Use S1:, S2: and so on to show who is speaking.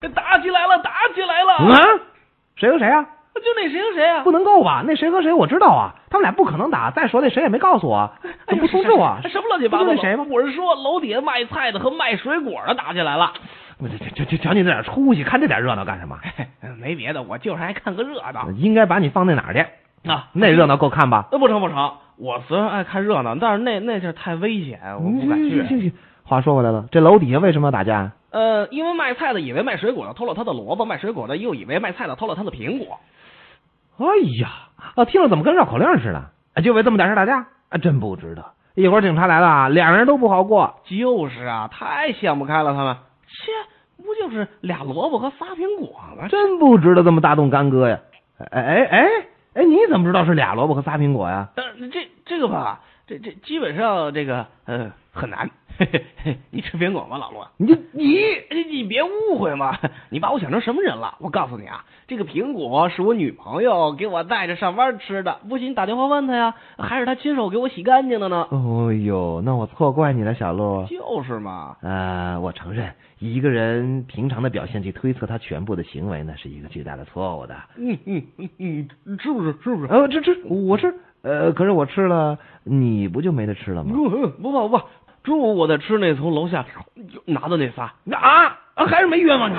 S1: 这打起来了，打起来了！
S2: 嗯，谁和谁啊？
S1: 就那谁和谁啊？
S2: 不能够吧？那谁和谁我知道啊，他们俩不可能打。再说那谁也没告诉我，
S1: 哎
S2: 这
S1: 呦
S2: 不通知我。
S1: 什么乱七八糟
S2: 不
S1: 的？
S2: 就那谁吗？
S1: 我是说楼底下卖菜的和卖水果的打起来了。
S2: 我这这这瞧你这点出息，看这点热闹干什么？
S1: 没别的，我就是爱看个热闹
S2: 应该把你放那哪儿去？
S1: 啊。
S2: 那热闹够看吧？
S1: 那不成不成，我虽然爱看热闹，但是那那地儿太危险，哎我不敢
S2: 嗯行
S1: 去。
S2: 行行，话说回来了，这楼底下为什么要打架啊呀？
S1: 呃，因为卖菜的以为卖水果的偷了他的萝卜，卖水果的又以为卖菜的偷了他的苹果。
S2: 哎呀，啊，听着怎么跟绕口令似的？啊就为这么点事儿打架？啊，真不值得！一会儿警察来了啊，两人都不好过。
S1: 就是啊，太想不开了，他们。切，不就是俩萝卜和仨苹果吗？
S2: 真不值得这么大动干戈呀！哎哎哎哎，你怎么知道是俩萝卜和仨苹果呀？
S1: 但是这这个吧，这这基本上这个呃很难。嘿嘿嘿，你吃苹果吗，老罗？
S2: 你你
S1: 你你别误会嘛，你把我想成什么人了？我告诉你啊，这个苹果是我女朋友给我带着上班吃的，不信你打电话问她呀，还是她亲手给我洗干净的呢。
S2: 哦呦，那我错怪你了，小鹿。
S1: 就是嘛，
S2: 呃，我承认，一个人平常的表现去推测他全部的行为呢，是一个巨大的错误的。
S1: 嗯嗯嗯嗯，是不是？是不是？
S2: 呃，这这我吃，呃，可是我吃了，你不就没得吃了吗？
S1: 嗯不怕不怕，中午我在吃那从楼下拿的那仨，
S2: 啊，还是没冤枉你。